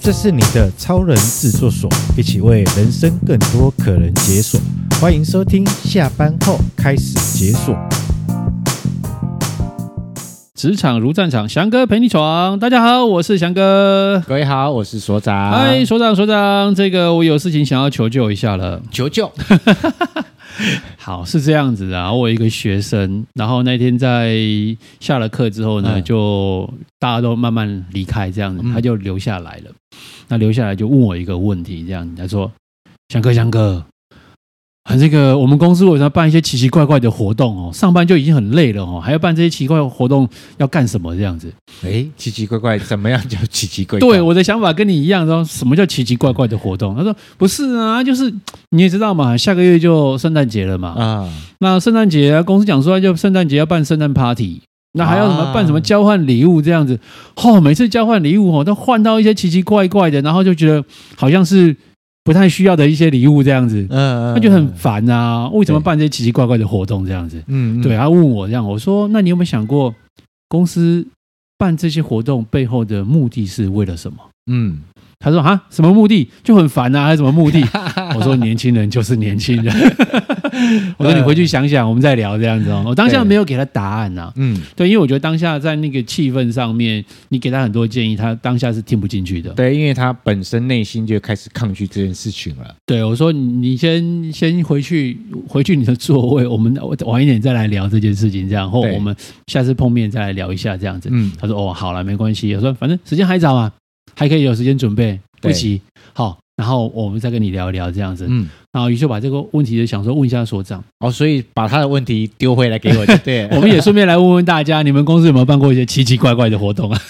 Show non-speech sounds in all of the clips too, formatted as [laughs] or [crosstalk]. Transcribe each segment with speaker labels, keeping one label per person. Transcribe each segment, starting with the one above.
Speaker 1: 这是你的超人制作所，一起为人生更多可能解锁。欢迎收听，下班后开始解锁。
Speaker 2: 职场如战场，翔哥陪你闯。大家好，我是翔哥。
Speaker 3: 各位好，我是所长。
Speaker 2: 嗨，所长，所长，这个我有事情想要求救一下了。
Speaker 3: 求救！
Speaker 2: [laughs] 好，是这样子的啊，我有一个学生，然后那天在下了课之后呢，
Speaker 3: 嗯
Speaker 2: 就大家都慢慢离开，这样子，
Speaker 3: 嗯
Speaker 2: 他就留下来了。那留下来就问我一个问题，这样子，他说：“翔哥，翔哥。”啊，这个我们公司为什么要办一些奇奇怪怪的活动哦？上班就已经很累了哦，还要办这些奇怪的活动，要干什么这样子？
Speaker 3: 哎，奇奇怪怪，怎么样叫奇奇怪怪？
Speaker 2: 对，我的想法跟你一样，说什么叫奇奇怪怪的活动？他说不是啊，就是你也知道嘛，下个月就圣诞节了嘛。
Speaker 3: 啊，
Speaker 2: 那圣诞节、啊、公司讲说就圣诞节要办圣诞 party，那还要什么、
Speaker 3: 啊
Speaker 2: 办什么交换礼物这样子。哦，每次交换礼物哦，都换到一些奇奇怪怪的，然后就觉得好像是不太需要的一些礼物这样子，
Speaker 3: 嗯
Speaker 2: 他就很烦啊。为什么
Speaker 3: 对
Speaker 2: 办这些奇奇怪怪的活动这样子？
Speaker 3: 嗯
Speaker 2: 对，，他问我这样，我说那你有没有想过公司办这些活动背后的目的是为了什么？
Speaker 3: 嗯
Speaker 2: 他说啊，什么目的就很烦啊，还有什么目的？
Speaker 3: [laughs]
Speaker 2: 我说年轻人就是年轻人， [laughs] 我说你回去想想，我们再聊这样子哦。我当下
Speaker 3: 对
Speaker 2: 没有给他答案呐、啊，
Speaker 3: 嗯，
Speaker 2: 对，因为我觉得当下在那个气氛上面，你给他很多建议，他当下是听不进去的。
Speaker 3: 对，因为他本身内心就开始抗拒这件事情了。
Speaker 2: 对，我说你你先先回去回去你的座位，我们我晚一点再来聊这件事情，这样或
Speaker 3: 对
Speaker 2: 我们下次碰面再来聊一下这样子。
Speaker 3: 嗯，
Speaker 2: 他说哦，好了，没关系。我说反正时间还早啊，还可以有时间准备，不
Speaker 3: 对
Speaker 2: 急。好，然后我们再跟你聊一聊这样子。
Speaker 3: 嗯，
Speaker 2: 然后于秀把这个问题就想说问一下所长，
Speaker 3: 哦，所以把他的问题丢回来给我，就 [laughs] 对
Speaker 2: 我
Speaker 3: 了。
Speaker 2: 们也顺便来问问大家，你们公司有没有办过一些奇奇怪怪的活动
Speaker 3: [laughs]
Speaker 2: 啊？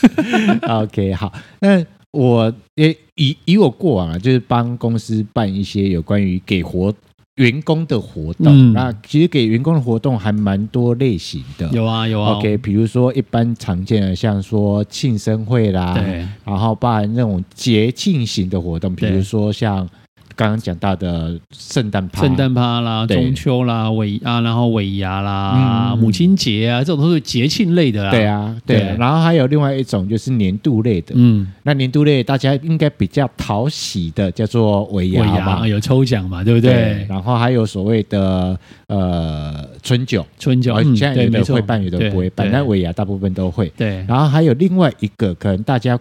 Speaker 3: OK，好，那我也以以我过往啊，就是帮公司办一些有关于给活员工的活
Speaker 2: 嗯
Speaker 3: 动，那其实给员工的活动还蛮多类型的，
Speaker 2: 有啊，有啊。
Speaker 3: OK，比如说一般常见的，像说庆生会啦，
Speaker 2: 对，
Speaker 3: 然后包含那种节庆型的活动，比
Speaker 2: 对
Speaker 3: 如说像刚刚讲到的圣诞趴，
Speaker 2: 圣诞趴啦，
Speaker 3: 对
Speaker 2: 中秋啦，尾啊，然后尾牙啦，
Speaker 3: 嗯
Speaker 2: 母亲节啊，这种都是节庆类的啦。
Speaker 3: 对，啊，对啊
Speaker 2: 对
Speaker 3: 然后还有另外一种就是年度类的，
Speaker 2: 嗯，
Speaker 3: 那年度类大家应该比较讨喜的叫做尾
Speaker 2: 尾
Speaker 3: 牙
Speaker 2: 牙
Speaker 3: 嘛
Speaker 2: 啊，有抽奖嘛，对不对？
Speaker 3: 然后还有所谓的呃春酒，
Speaker 2: 春酒，
Speaker 3: 呃
Speaker 2: 嗯
Speaker 3: 现在
Speaker 2: 对
Speaker 3: 有
Speaker 2: 没
Speaker 3: 的
Speaker 2: 错
Speaker 3: 会办，有的
Speaker 2: 对
Speaker 3: 不会办，
Speaker 2: 对
Speaker 3: 但尾牙大部分都会。
Speaker 2: 对，
Speaker 3: 然后还有另外一个，可能大家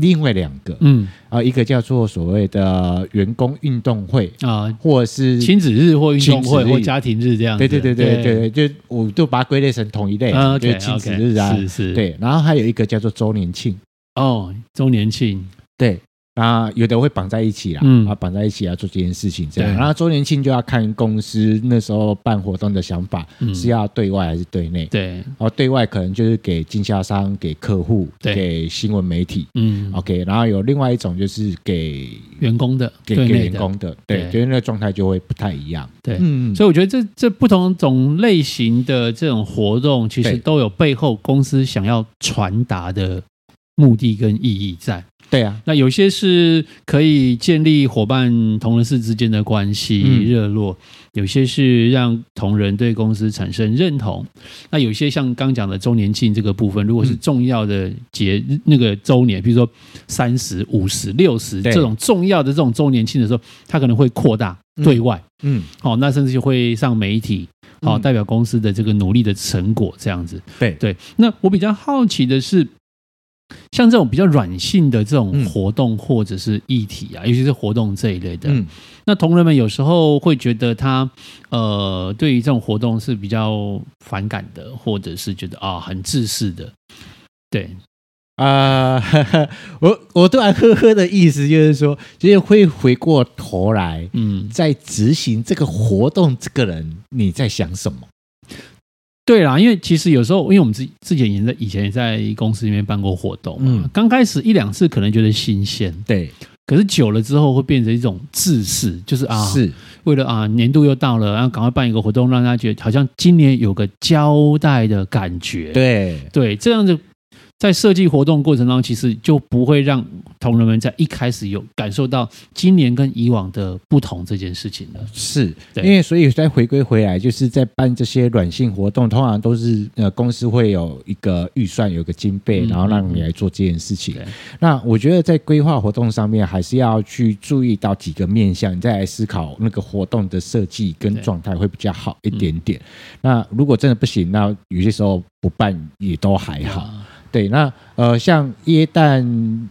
Speaker 3: 另外两个，
Speaker 2: 嗯
Speaker 3: 啊，一个叫做所谓的员工运动会，
Speaker 2: 啊，
Speaker 3: 或者是
Speaker 2: 亲子日或运动会
Speaker 3: 亲子日
Speaker 2: 或家庭日这样子。
Speaker 3: 对对对对对对，就我都把它归类成同一类，
Speaker 2: 啊
Speaker 3: 就
Speaker 2: ，OK，
Speaker 3: 是亲子日啊
Speaker 2: OK，，是是，，
Speaker 3: 对，然后还有一个叫做周年庆，
Speaker 2: 哦，周年庆，
Speaker 3: 对。啊，有的会绑在一起啦，
Speaker 2: 嗯
Speaker 3: 啊，绑在一起啊，做这件事情这样。
Speaker 2: 对
Speaker 3: 然后周年庆就要看公司那时候办活动的想法，
Speaker 2: 嗯
Speaker 3: 是啊要对外还是对内？
Speaker 2: 对，
Speaker 3: 哦，对外可能就是给经销商、给客户、
Speaker 2: 对
Speaker 3: 给新闻媒体
Speaker 2: 嗯，
Speaker 3: ，OK。然后有另外一种就是给
Speaker 2: 员工的，
Speaker 3: 给
Speaker 2: 对
Speaker 3: 给
Speaker 2: 内
Speaker 3: 员
Speaker 2: 的
Speaker 3: 工的，对，
Speaker 2: 对
Speaker 3: 就是那个状态就会不太一样。
Speaker 2: 对
Speaker 3: 嗯
Speaker 2: 所以我觉得这这不同种类型的这种活动，其实
Speaker 3: 对
Speaker 2: 都有背后公司想要传达的目的跟意义在。
Speaker 3: 对啊，
Speaker 2: 那有些是可以建立伙伴同仁事之间的关系、
Speaker 3: 嗯
Speaker 2: 热络，有些是让同仁对公司产生认同。那有些像刚讲的周年庆这个部分，如果是
Speaker 3: 嗯
Speaker 2: 重要的节、日那个周年，比如说三十五十六十
Speaker 3: 对
Speaker 2: 这种重要的这种周年庆的时候，它可能会扩大
Speaker 3: 嗯
Speaker 2: 对外。
Speaker 3: 嗯，
Speaker 2: 好、哦那甚至就会上媒体，好、
Speaker 3: 嗯
Speaker 2: 代表公司的这个努力的成果这样子。
Speaker 3: 对
Speaker 2: 对，那我比较好奇的是，像这种比较软性的这种
Speaker 3: 嗯
Speaker 2: 活动或者是议题啊，尤其是活动这一类的，
Speaker 3: 嗯，
Speaker 2: 那同仁们有时候会觉得他呃，对于这种活动是比较反感的，或者是觉得啊、很自私的。对，
Speaker 3: 啊、 [laughs] 我我突然呵呵的意思就是说，就是会回过头来，
Speaker 2: 嗯，
Speaker 3: 在执行这个活动，这个人你在想什么？
Speaker 2: 对啦，因为其实有时候，因为我们自自己也在以前也在公司里面办过活动嘛，
Speaker 3: 嗯
Speaker 2: 刚开始一两次可能觉得新鲜，
Speaker 3: 对，
Speaker 2: 可是久了之后会变成一种自私，就是啊，
Speaker 3: 是，
Speaker 2: 为了啊年度又到了，然后赶快办一个活动，让大家觉得好像今年有个交代的感觉。
Speaker 3: 对，
Speaker 2: 对，这样子在设计活动过程当中，其实就不会让同仁们在一开始有感受到今年跟以往的不同这件事情了。
Speaker 3: 是
Speaker 2: 对
Speaker 3: 因为，所以再回归回来，就是在办这些软性活动，通常都是呃公司会有一个预算，有一个经费，
Speaker 2: 嗯
Speaker 3: 然后让你来做这件事情
Speaker 2: 对。
Speaker 3: 那我觉得在规划活动上面，还是要去注意到几个面向，你再来思考那个活动的设计跟
Speaker 2: 对
Speaker 3: 状态会比较好一点点。那如果真的不行，那有些时候不办也都还好。
Speaker 2: 啊
Speaker 3: 对，那呃，像耶诞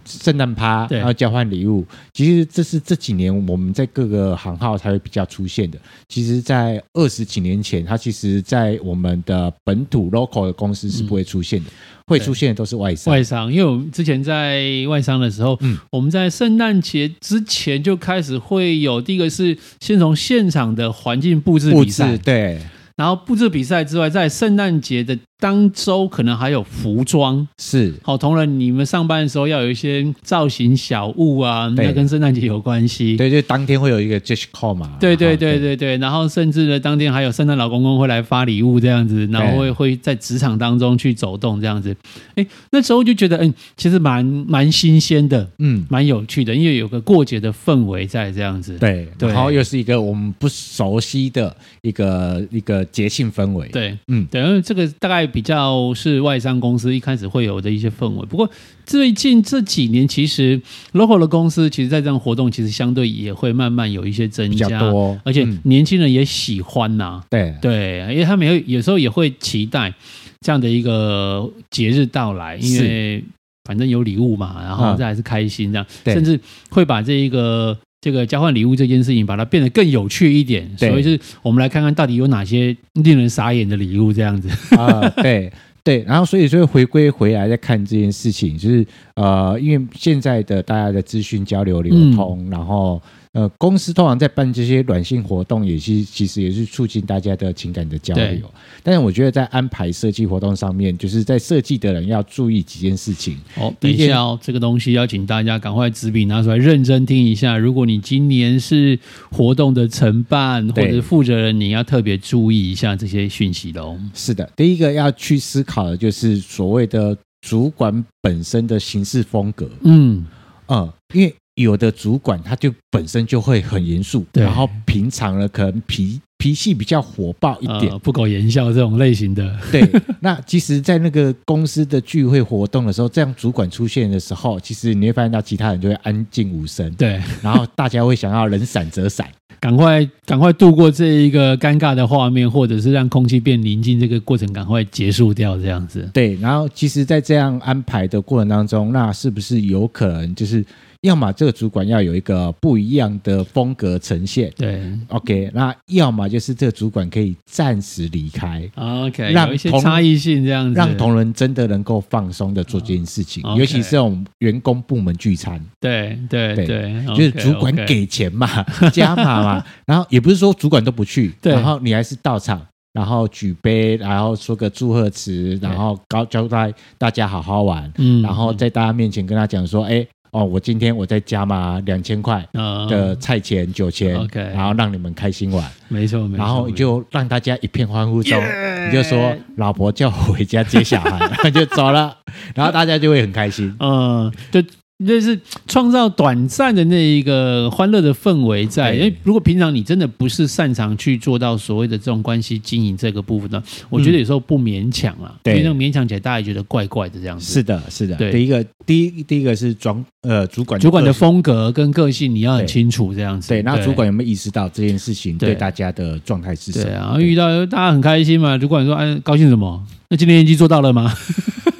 Speaker 3: 圣诞趴，
Speaker 2: 对
Speaker 3: 然后交换礼物，其实这是这几年我们在各个行号才会比较出现的。其实，在二十几年前，它其实在我们的本土 local 的公司是不会出
Speaker 2: 嗯
Speaker 3: 现的，会出现的都是外商。
Speaker 2: 外商，因为我们之前在外商的时候，
Speaker 3: 嗯
Speaker 2: 我们在圣诞节之前就开始会有，第一个是先从现场的环境布置
Speaker 3: 布
Speaker 2: 比赛
Speaker 3: 置，对，
Speaker 2: 然后布置比赛之外，在圣诞节的当周可能还有服装。
Speaker 3: 是
Speaker 2: 好，同仁，你们上班的时候要有一些造型小物啊，
Speaker 3: 对
Speaker 2: 要跟圣诞节有关系。
Speaker 3: 对，就当天会有一个 just call 嘛。
Speaker 2: 对对
Speaker 3: 哈
Speaker 2: 对对对，然后甚至呢，当天还有圣诞老公公会来发礼物这样子，然后会会在职场当中去走动这样子。哎，那时候就觉得，嗯，其实蛮蛮新鲜的，
Speaker 3: 嗯。
Speaker 2: 蛮有趣的，因为有个过节的氛围在这样子。
Speaker 3: 对，
Speaker 2: 对
Speaker 3: 然后又是一个我们不熟悉的一个一个节庆氛围。
Speaker 2: 对，
Speaker 3: 嗯
Speaker 2: 对，因为这个大概比较是外商公司一开始会有的一些氛围。不过最近这几年，其实 local 的公司其实在这样活动，其实相对也会慢慢有一些增
Speaker 3: 比
Speaker 2: 加，
Speaker 3: 较多，
Speaker 2: 而且
Speaker 3: 嗯
Speaker 2: 年轻人也喜欢呐、
Speaker 3: 对
Speaker 2: 对，因为他们有有时候也会期待这样的一个节日到来，因为反正有礼物嘛，然后
Speaker 3: 嗯
Speaker 2: 再来是开心这样，
Speaker 3: 对
Speaker 2: 甚至会把这一个这个交换礼物这件事情，把它变得更有趣一点。
Speaker 3: 对
Speaker 2: 所以是我们来看看到底有哪些令人傻眼的礼物这样子。
Speaker 3: [laughs] 啊、对对，然后所以说回归回来再看这件事情，就是呃，因为现在的大家的资讯交流流通，然后呃，公司通常在办这些软性活动，也是其实也是促进大家的情感的交
Speaker 2: 对
Speaker 3: 流。但是我觉得在安排设计活动上面，就是在设计的人要注意几件事情。
Speaker 2: 哦，
Speaker 3: 第
Speaker 2: 等
Speaker 3: 一
Speaker 2: 一
Speaker 3: 件
Speaker 2: 下哦，这个东西要请大家赶快纸笔拿出来认真听一下。如果你今年是活动的承办或
Speaker 3: 对
Speaker 2: 者负责人，你要特别注意一下这些讯息哦喽。
Speaker 3: 是的，第一个要去思考的就是所谓的主管本身的行事风格。
Speaker 2: 嗯，
Speaker 3: 嗯，因为有的主管他就本身就会很严肃，
Speaker 2: 对
Speaker 3: 然后平常呢可能脾脾气比较火爆一点，
Speaker 2: 呃、不苟言笑这种类型的， [laughs]
Speaker 3: 对。 [laughs] 那其实，在那个公司的聚会活动的时候，这样主管出现的时候，其实你会发现到其他人就会安静无声，
Speaker 2: [laughs] 对，
Speaker 3: 然后大家会想要人闪则闪，
Speaker 2: 赶快赶快度过这一个尴尬的画面，或者是让空气变宁静这个过程，赶快结束掉这样子。
Speaker 3: 对。然后，其实，在这样安排的过程当中，那是不是有可能就是？要么这个主管要有一个不一样的风格呈现
Speaker 2: 对
Speaker 3: ，OK，那要么就是这个主管可以暂时离开，
Speaker 2: ，OK，
Speaker 3: 让
Speaker 2: 有一些
Speaker 3: 同
Speaker 2: 差异性这样子，
Speaker 3: 让同仁真的能够放松的做这件事情，
Speaker 2: 哦
Speaker 3: 尤其
Speaker 2: OK
Speaker 3: 是这种员工部门聚餐，
Speaker 2: 对对
Speaker 3: 对
Speaker 2: 对，
Speaker 3: 就是主管
Speaker 2: OK，OK
Speaker 3: 给钱嘛， [laughs] 加码嘛，然后也不是说主管都不去，
Speaker 2: 对
Speaker 3: 然后你还是到场，然后举杯，然后说个祝贺词，然后高交代大家好好玩，
Speaker 2: 嗯
Speaker 3: 然后在大家面前跟他讲说，哎，哦，我今天我再加码两千块。
Speaker 2: 呃
Speaker 3: 的菜钱、酒钱
Speaker 2: OK
Speaker 3: 然后让你们开心玩，
Speaker 2: 没错没错，
Speaker 3: 然后
Speaker 2: 没错
Speaker 3: 就让大家一片欢呼中
Speaker 2: Yeah！
Speaker 3: 你就说老婆叫我回家接小孩，然后 [laughs] 就走了，然后大家就会很开心。
Speaker 2: 嗯，就就是创造短暂的那一个欢乐的氛围在。
Speaker 3: 对
Speaker 2: 因为如果平常你真的不是擅长去做到所谓的这种关系经营这个部分呢，我觉得有时候不勉强啦，
Speaker 3: 嗯对
Speaker 2: 因为那个勉强起来大家也觉得怪怪的这样子。
Speaker 3: 是的，是的。
Speaker 2: 对
Speaker 3: 第一个，第一第一个是装呃主管
Speaker 2: 主管的
Speaker 3: 个性
Speaker 2: 风格跟个性你要很
Speaker 3: 对
Speaker 2: 清楚这样子。
Speaker 3: 对，那主管有没有意识到这件事情
Speaker 2: 对
Speaker 3: 对大家的状态是什
Speaker 2: 对
Speaker 3: 么？
Speaker 2: 啊，遇到大家很开心嘛，主管说：“哎，高兴什么？那今天业绩做到了吗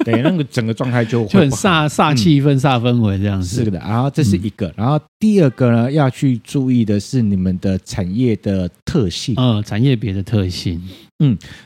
Speaker 3: 对，那个整个状态就会
Speaker 2: 就很
Speaker 3: 不好
Speaker 2: 煞煞气氛、煞氛围这样子。
Speaker 3: 是的，然后这是一个，然后第二个呢，要去注意的是你们的产业的特性。
Speaker 2: 嗯，产业别的特性，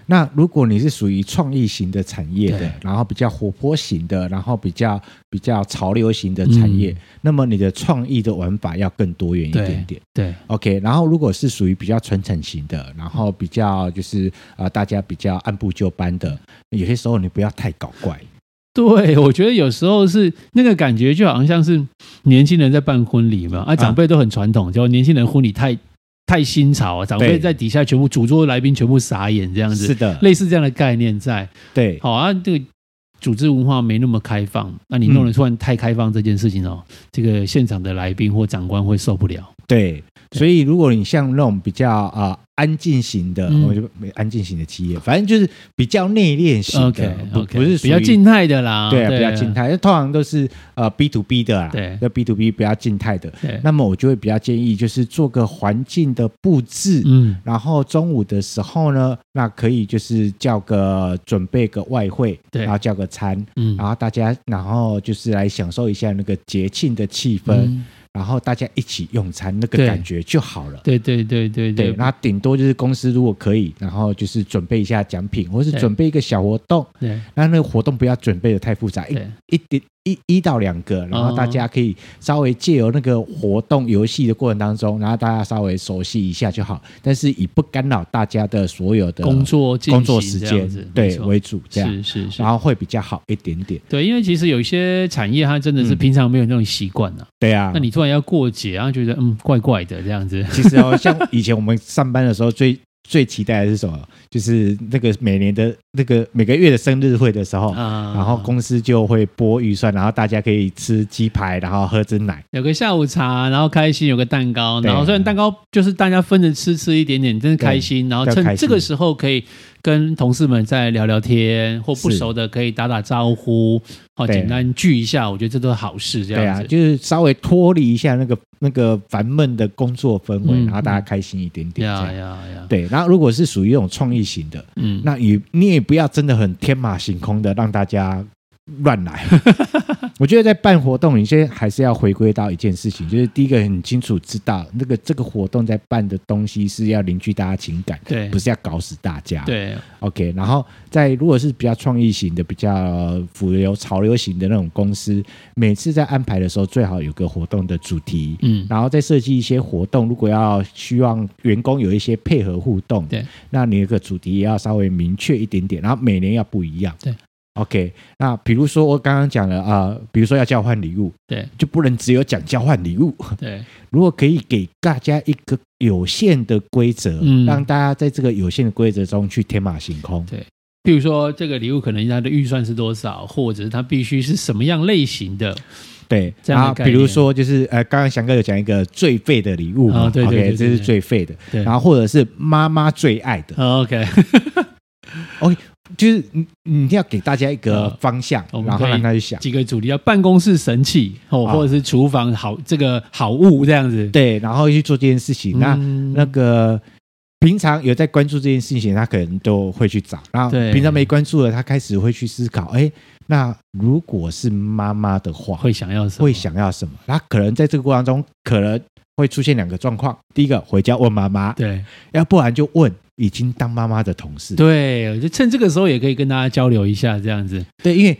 Speaker 3: 那如果你是属于创意型的产业
Speaker 2: 对
Speaker 3: 的，然后比较活泼型的，然后比较比较潮流型的产业，
Speaker 2: 嗯
Speaker 3: 那么你的创意的玩法要更多元一点点。
Speaker 2: 对
Speaker 3: OK，然后如果是属于比较传承型的，然后比较就是啊、呃大家比较按部就班的，有些时候你不要太搞怪。
Speaker 2: [laughs] 对，我觉得有时候是那个感觉，就好像是年轻人在办婚礼嘛，啊，长辈都很传统，结果年轻人婚礼太太新潮啊，长辈
Speaker 3: 对
Speaker 2: 在底下全部主桌来宾全部傻眼这样子，
Speaker 3: 的，
Speaker 2: 类似这样的概念在。
Speaker 3: 对
Speaker 2: 好啊，这个组织文化没那么开放，那你
Speaker 1: 嗯
Speaker 2: 弄得突然太开放这件事情哦，这个现场的来宾或长官会受不了。
Speaker 1: 对，所以如果你像那种比较
Speaker 3: 呃
Speaker 1: 啊、安静型的，
Speaker 2: 嗯
Speaker 1: 我就没安静型的企业，反正就是比较内敛型
Speaker 2: OK
Speaker 1: 的，不
Speaker 2: OK，
Speaker 1: 不是属
Speaker 2: 比
Speaker 1: 于
Speaker 2: 较静态的啦，
Speaker 1: 对啊，比较静。态，通常都是呃 B to B 的啦，
Speaker 2: 对
Speaker 1: 那 B to B 比较静态的。
Speaker 2: 对，
Speaker 1: 那么我就会比较建议，就是做个环境的布置，
Speaker 2: 嗯
Speaker 1: 然后中午的时候呢，那可以就是叫个准备个外汇，
Speaker 2: 对
Speaker 1: 然后叫个餐，
Speaker 2: 嗯，
Speaker 1: 然后大家然后就是来享受一下那个节庆的气氛，
Speaker 2: 嗯
Speaker 1: 然后大家一起用餐那个
Speaker 2: 对
Speaker 1: 感觉就好了。
Speaker 2: 对对对对
Speaker 1: 对，那顶多就是公司如果可以，然后就是准备一下奖品，或是
Speaker 2: 对
Speaker 1: 准备一个小活动，
Speaker 2: 对
Speaker 1: 那那个活动不要准备的太复杂，一
Speaker 2: 对
Speaker 1: 一点一一到两个，然后大家可以稍微借由那个活动游戏的过程当中，然后大家稍微熟悉一下就好，但是以不干扰大家的所有的
Speaker 2: 工作进
Speaker 1: 工作
Speaker 2: 行
Speaker 1: 时
Speaker 2: 这样
Speaker 1: 间
Speaker 2: 子没
Speaker 1: 对
Speaker 2: 错
Speaker 1: 为主，这样，
Speaker 2: 是是是
Speaker 1: 然，后会比较好一点点。
Speaker 2: 对，因为其实有一些产业它真的是
Speaker 1: 嗯
Speaker 2: 平常没有那种习惯呐，
Speaker 1: 对啊，
Speaker 2: 那你突然要过节，然后觉得嗯怪怪的这样子，
Speaker 1: 其实哦，像以前我们上班的时候最。最期待的是什么？就是那个每年的那个每个月的生日会的时候，
Speaker 2: [laughs]
Speaker 1: 哦
Speaker 2: 啊
Speaker 1: 然后公司就会拨预算，然后大家可以吃鸡排，然后喝真奶。
Speaker 2: 有个下午茶，然后开心，有个蛋糕，
Speaker 1: 对
Speaker 2: 然后虽然蛋糕就是大家分着吃吃一点点，真是开心。然后
Speaker 1: 比较
Speaker 2: 趁
Speaker 1: 开心
Speaker 2: 这个时候可以跟同事们再聊聊天，或不
Speaker 1: 是
Speaker 2: 熟的可以打打招呼，好
Speaker 1: 对
Speaker 2: 简单聚一下，我觉得这都是好事。这
Speaker 1: 对
Speaker 2: 样
Speaker 1: 啊，
Speaker 2: 子，
Speaker 1: 就是稍微脱离一下那个那个烦闷的工作氛围，
Speaker 2: 嗯
Speaker 1: 然后大家开心一点点。这
Speaker 2: 呀
Speaker 1: 样
Speaker 2: 呀呀，
Speaker 1: 对，然后如果是属于那种创意型的，
Speaker 2: 嗯，
Speaker 1: 那你你也不要真的很天马行空的让大家乱
Speaker 2: [laughs]
Speaker 1: 来。我觉得在办活动，你先还是要回归到一件事情，就是第一个很清楚知道那个这个活动在办的东西是要凝聚大家情感，
Speaker 2: 对
Speaker 1: 不是啊要搞死大家。
Speaker 2: 对，
Speaker 1: OK，然后在如果是比较创意型的、比较呃主流潮流型的那种公司，每次在安排的时候，最好有个活动的主题，
Speaker 2: 嗯，
Speaker 1: 然后再设计一些活动。如果要希望员工有一些配合互动，
Speaker 2: 对，
Speaker 1: 那你那个主题也要稍微明确一点点，然后每年要不一样。
Speaker 2: 对
Speaker 1: ，OK，那比如说我刚刚讲了啊、呃比如说要交换礼物，
Speaker 2: 对
Speaker 1: 就不能只有讲交换礼物，
Speaker 2: 对，
Speaker 1: 如果可以给大家一个有限的规则，
Speaker 2: 嗯
Speaker 1: 让大家在这个有限的规则中去天马行空。
Speaker 2: 譬如说这个礼物可能它的预算是多少，或者是它必须是什么样类型
Speaker 1: [laughs]
Speaker 2: 的，
Speaker 1: 对，
Speaker 2: 这样的
Speaker 1: 然后
Speaker 2: 概
Speaker 1: 比如
Speaker 2: 念
Speaker 1: 说就是呃，刚刚翔哥有讲一个最废的礼物嘛、
Speaker 2: 啊对对
Speaker 1: o
Speaker 2: 对
Speaker 1: k
Speaker 2: 对
Speaker 1: 这是
Speaker 2: 对
Speaker 1: 最废的。
Speaker 2: 对
Speaker 1: 然后或者是妈妈最爱的，
Speaker 2: 哦，OK， [laughs]
Speaker 1: 就是你你一定要给大家一个
Speaker 2: 啊
Speaker 1: 方向，
Speaker 2: 我们
Speaker 1: 然后
Speaker 2: 可以
Speaker 1: 让他去想。
Speaker 2: 几个主题要办公室神器哦，
Speaker 1: 啊
Speaker 2: 或者是厨房好这个好物这样子。
Speaker 1: 对，然后去做这件事情。那、
Speaker 2: 嗯
Speaker 1: 那个平常有在关注这件事情，他可能都会去找。然后
Speaker 2: 对
Speaker 1: 平常没关注的，他开始会去思考：哎，那如果是妈妈的话，
Speaker 2: 会想要什么？
Speaker 1: 会想要什么？他可能在这个过程中，可能会出现两个状况：第一个回家问妈妈，
Speaker 2: 对
Speaker 1: 要不然就问已经当妈妈的同事。
Speaker 2: 对，就趁这个时候也可以跟大家交流一下，这样子。
Speaker 1: 对因为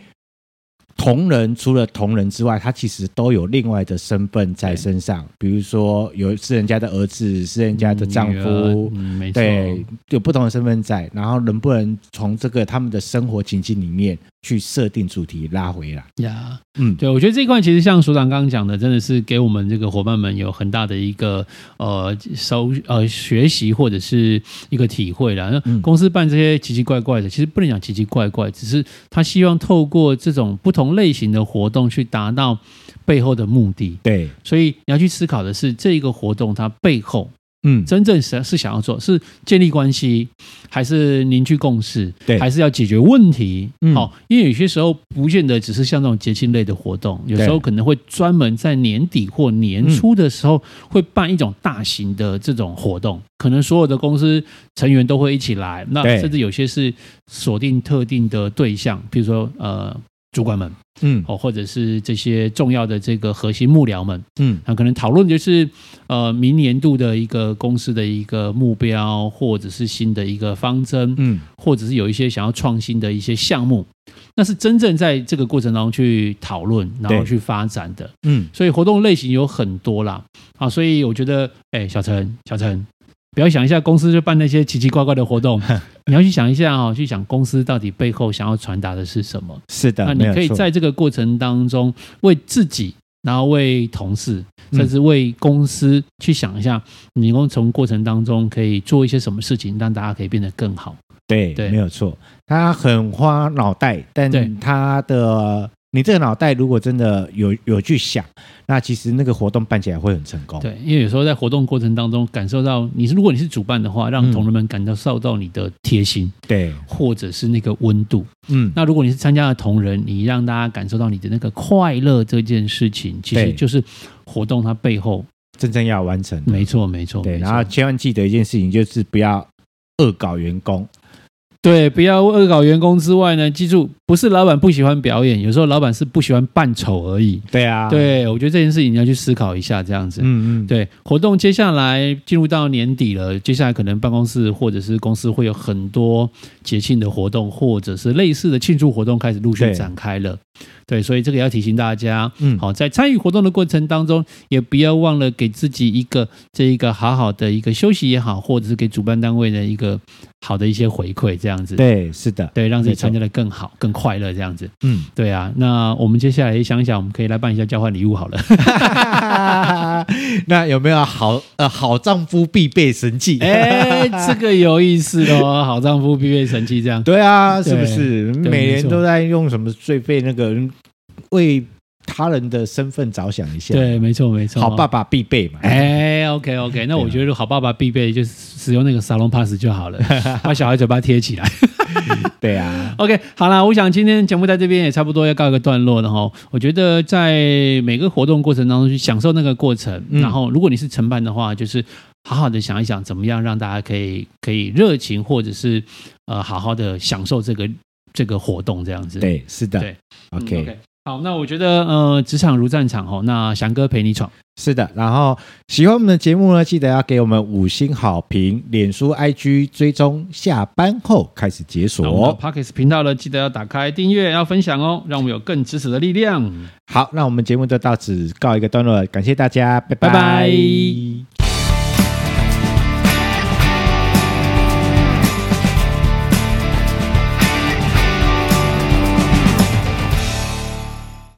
Speaker 1: 同人除了同人之外，他其实都有另外的身份在身上，比如说有是人家的儿子，是人家的丈
Speaker 2: 女儿
Speaker 1: 夫。
Speaker 2: 嗯，没错，
Speaker 1: 对，有不同的身份在，然后能不能从这个他们的生活情境里面去设定主题拉回来？
Speaker 2: 呀。
Speaker 1: 嗯，
Speaker 2: 对，我觉得这一块其实像署长刚刚讲的，真的是给我们这个伙伴们有很大的一个呃收呃学习或者是一个体会啦。那
Speaker 1: 嗯
Speaker 2: 公司办这些奇奇怪怪的，其实不能讲奇奇怪怪，只是他希望透过这种不同类型的活动去达到背后的目的。
Speaker 1: 对，
Speaker 2: 所以你要去思考的是这一个活动它背后
Speaker 1: 嗯，
Speaker 2: 真正是是想要做是建立关系，还是凝聚共识，
Speaker 1: 对
Speaker 2: 还是要解决问题？
Speaker 1: 嗯
Speaker 2: 好、因为有些时候不见得只是像那种节庆类的活动，有时候
Speaker 1: 对
Speaker 2: 可能会专门在年底或年初的时候
Speaker 1: 嗯
Speaker 2: 会办一种大型的这种活动，可能所有的公司成员都会一起来，那
Speaker 1: 对
Speaker 2: 甚至有些是锁定特定的对象，比如说呃主管们
Speaker 1: 嗯
Speaker 2: 哦，或者是这些重要的这个核心幕僚们。
Speaker 1: 嗯，
Speaker 2: 那可能讨论就是呃明年度的一个公司的一个目标，或者是新的一个方针，
Speaker 1: 嗯，
Speaker 2: 或者是有一些想要创新的一些项目，那是真正在这个过程当中去讨论，然后
Speaker 1: 对
Speaker 2: 去发展的。
Speaker 1: 嗯，
Speaker 2: 所以活动类型有很多啦，啊，所以我觉得，哎，小陈，小陈。不要想一下公司就办那些奇奇怪怪的
Speaker 1: [laughs]
Speaker 2: 活动，你要去想一下哦，去想公司到底背后想要传达的是什么。
Speaker 3: 啊
Speaker 1: 是的，
Speaker 2: 那
Speaker 1: 没
Speaker 2: 你
Speaker 1: 有
Speaker 2: 可以
Speaker 1: 错
Speaker 2: 在这个过程当中为自己，然后为同事，
Speaker 3: 嗯
Speaker 2: 甚至为公司去想一下，你能够从过程当中可以做一些什么事情，让大家可以变得更好。
Speaker 3: 对，
Speaker 2: 对
Speaker 3: 没有错，他很花脑袋，
Speaker 2: 对
Speaker 3: 但他的你这个脑袋如果真的有有去想，那其实那个活动办起来会很成功。
Speaker 2: 对，因为有时候在活动过程当中感受到你是，如果你是主办的话，让
Speaker 3: 嗯
Speaker 2: 同仁们感受到你的贴心，
Speaker 3: 对，
Speaker 2: 或者是那个温度。
Speaker 3: 嗯，
Speaker 2: 那如果你是参加的同仁，你让大家感受到你的那个快乐这件事情，其实
Speaker 3: 对
Speaker 2: 就是活动它背后，
Speaker 3: 真正要完成的。
Speaker 2: 没错，没错，
Speaker 3: 对，
Speaker 2: 没错
Speaker 3: 然后千万记得一件事情，就是不要恶搞员工。
Speaker 2: 对，不要恶搞员工之外呢，记住，不是老板不喜欢表演，有时候老板是不喜欢扮丑而已。
Speaker 3: 对啊，，
Speaker 2: 对，我觉得这件事情你要去思考一下，这样子。
Speaker 3: 嗯嗯，
Speaker 2: 对，活动接下来进入到年底了，接下来可能办公室或者是公司会有很多节庆的活动，或者是类似的庆祝活动开始陆续
Speaker 3: 对
Speaker 2: 展开了。对，所以这个要提醒大家，
Speaker 3: 嗯，
Speaker 2: 好，在参与活动的过程当中，也不要忘了给自己一个这一个好好的一个休息也好，或者是给主办单位的一个好的一些回馈，这样子。
Speaker 3: 对，是的， [laughs]
Speaker 2: 对，让自己
Speaker 3: 没错
Speaker 2: 参加的更好、更快乐，这样子。
Speaker 3: 嗯，
Speaker 2: 对啊，那我们接下来也想一想，我们可以来办一下交换礼物好了。
Speaker 3: [laughs] 那有没有好呃好丈夫必备神器？
Speaker 2: 哎，这个有意思
Speaker 3: [laughs]
Speaker 2: 哦，好丈夫必备神器这样。
Speaker 3: 对啊，是不是？
Speaker 2: 对
Speaker 3: 每
Speaker 2: 没
Speaker 3: 年
Speaker 2: 错
Speaker 3: 都在用什么最被那个为他人的身份着想一下？
Speaker 2: 对，，没错没错。
Speaker 3: 好爸。啊爸必备嘛。
Speaker 2: 哎，OK OK，那我觉得好爸爸必备就是使用那个沙龙 pass 就
Speaker 3: [laughs]
Speaker 2: 好了，把小孩嘴巴贴起来。
Speaker 3: 对啊，
Speaker 2: OK，好啦，我想今天节目在这边也差不多要告一个段落了哈。我觉得在每个活动过程当中去享受那个过程，
Speaker 3: 嗯
Speaker 2: 然后如果你是承办的话，就是好好的想一想，怎么样让大家可以可以热情或者是呃好好的享受这个这个活动这样子。
Speaker 3: 对，是的。
Speaker 2: 对嗯
Speaker 3: OK，、
Speaker 2: OK。好，那我觉得呃，职场如战场哦，那翔哥陪你闯，
Speaker 3: 是的。然后喜欢我们的节目呢，记得要给我们五星好评，脸书、IG 追踪，下班后开始解锁
Speaker 2: 那
Speaker 3: 哦。
Speaker 2: 我们的 Pockets 频道呢，记得要打开订阅，要分享哦，让我们有更支持的力量。
Speaker 3: 好，那我们节目就到此告一个段落了，感谢大家，拜
Speaker 2: 拜拜
Speaker 3: 拜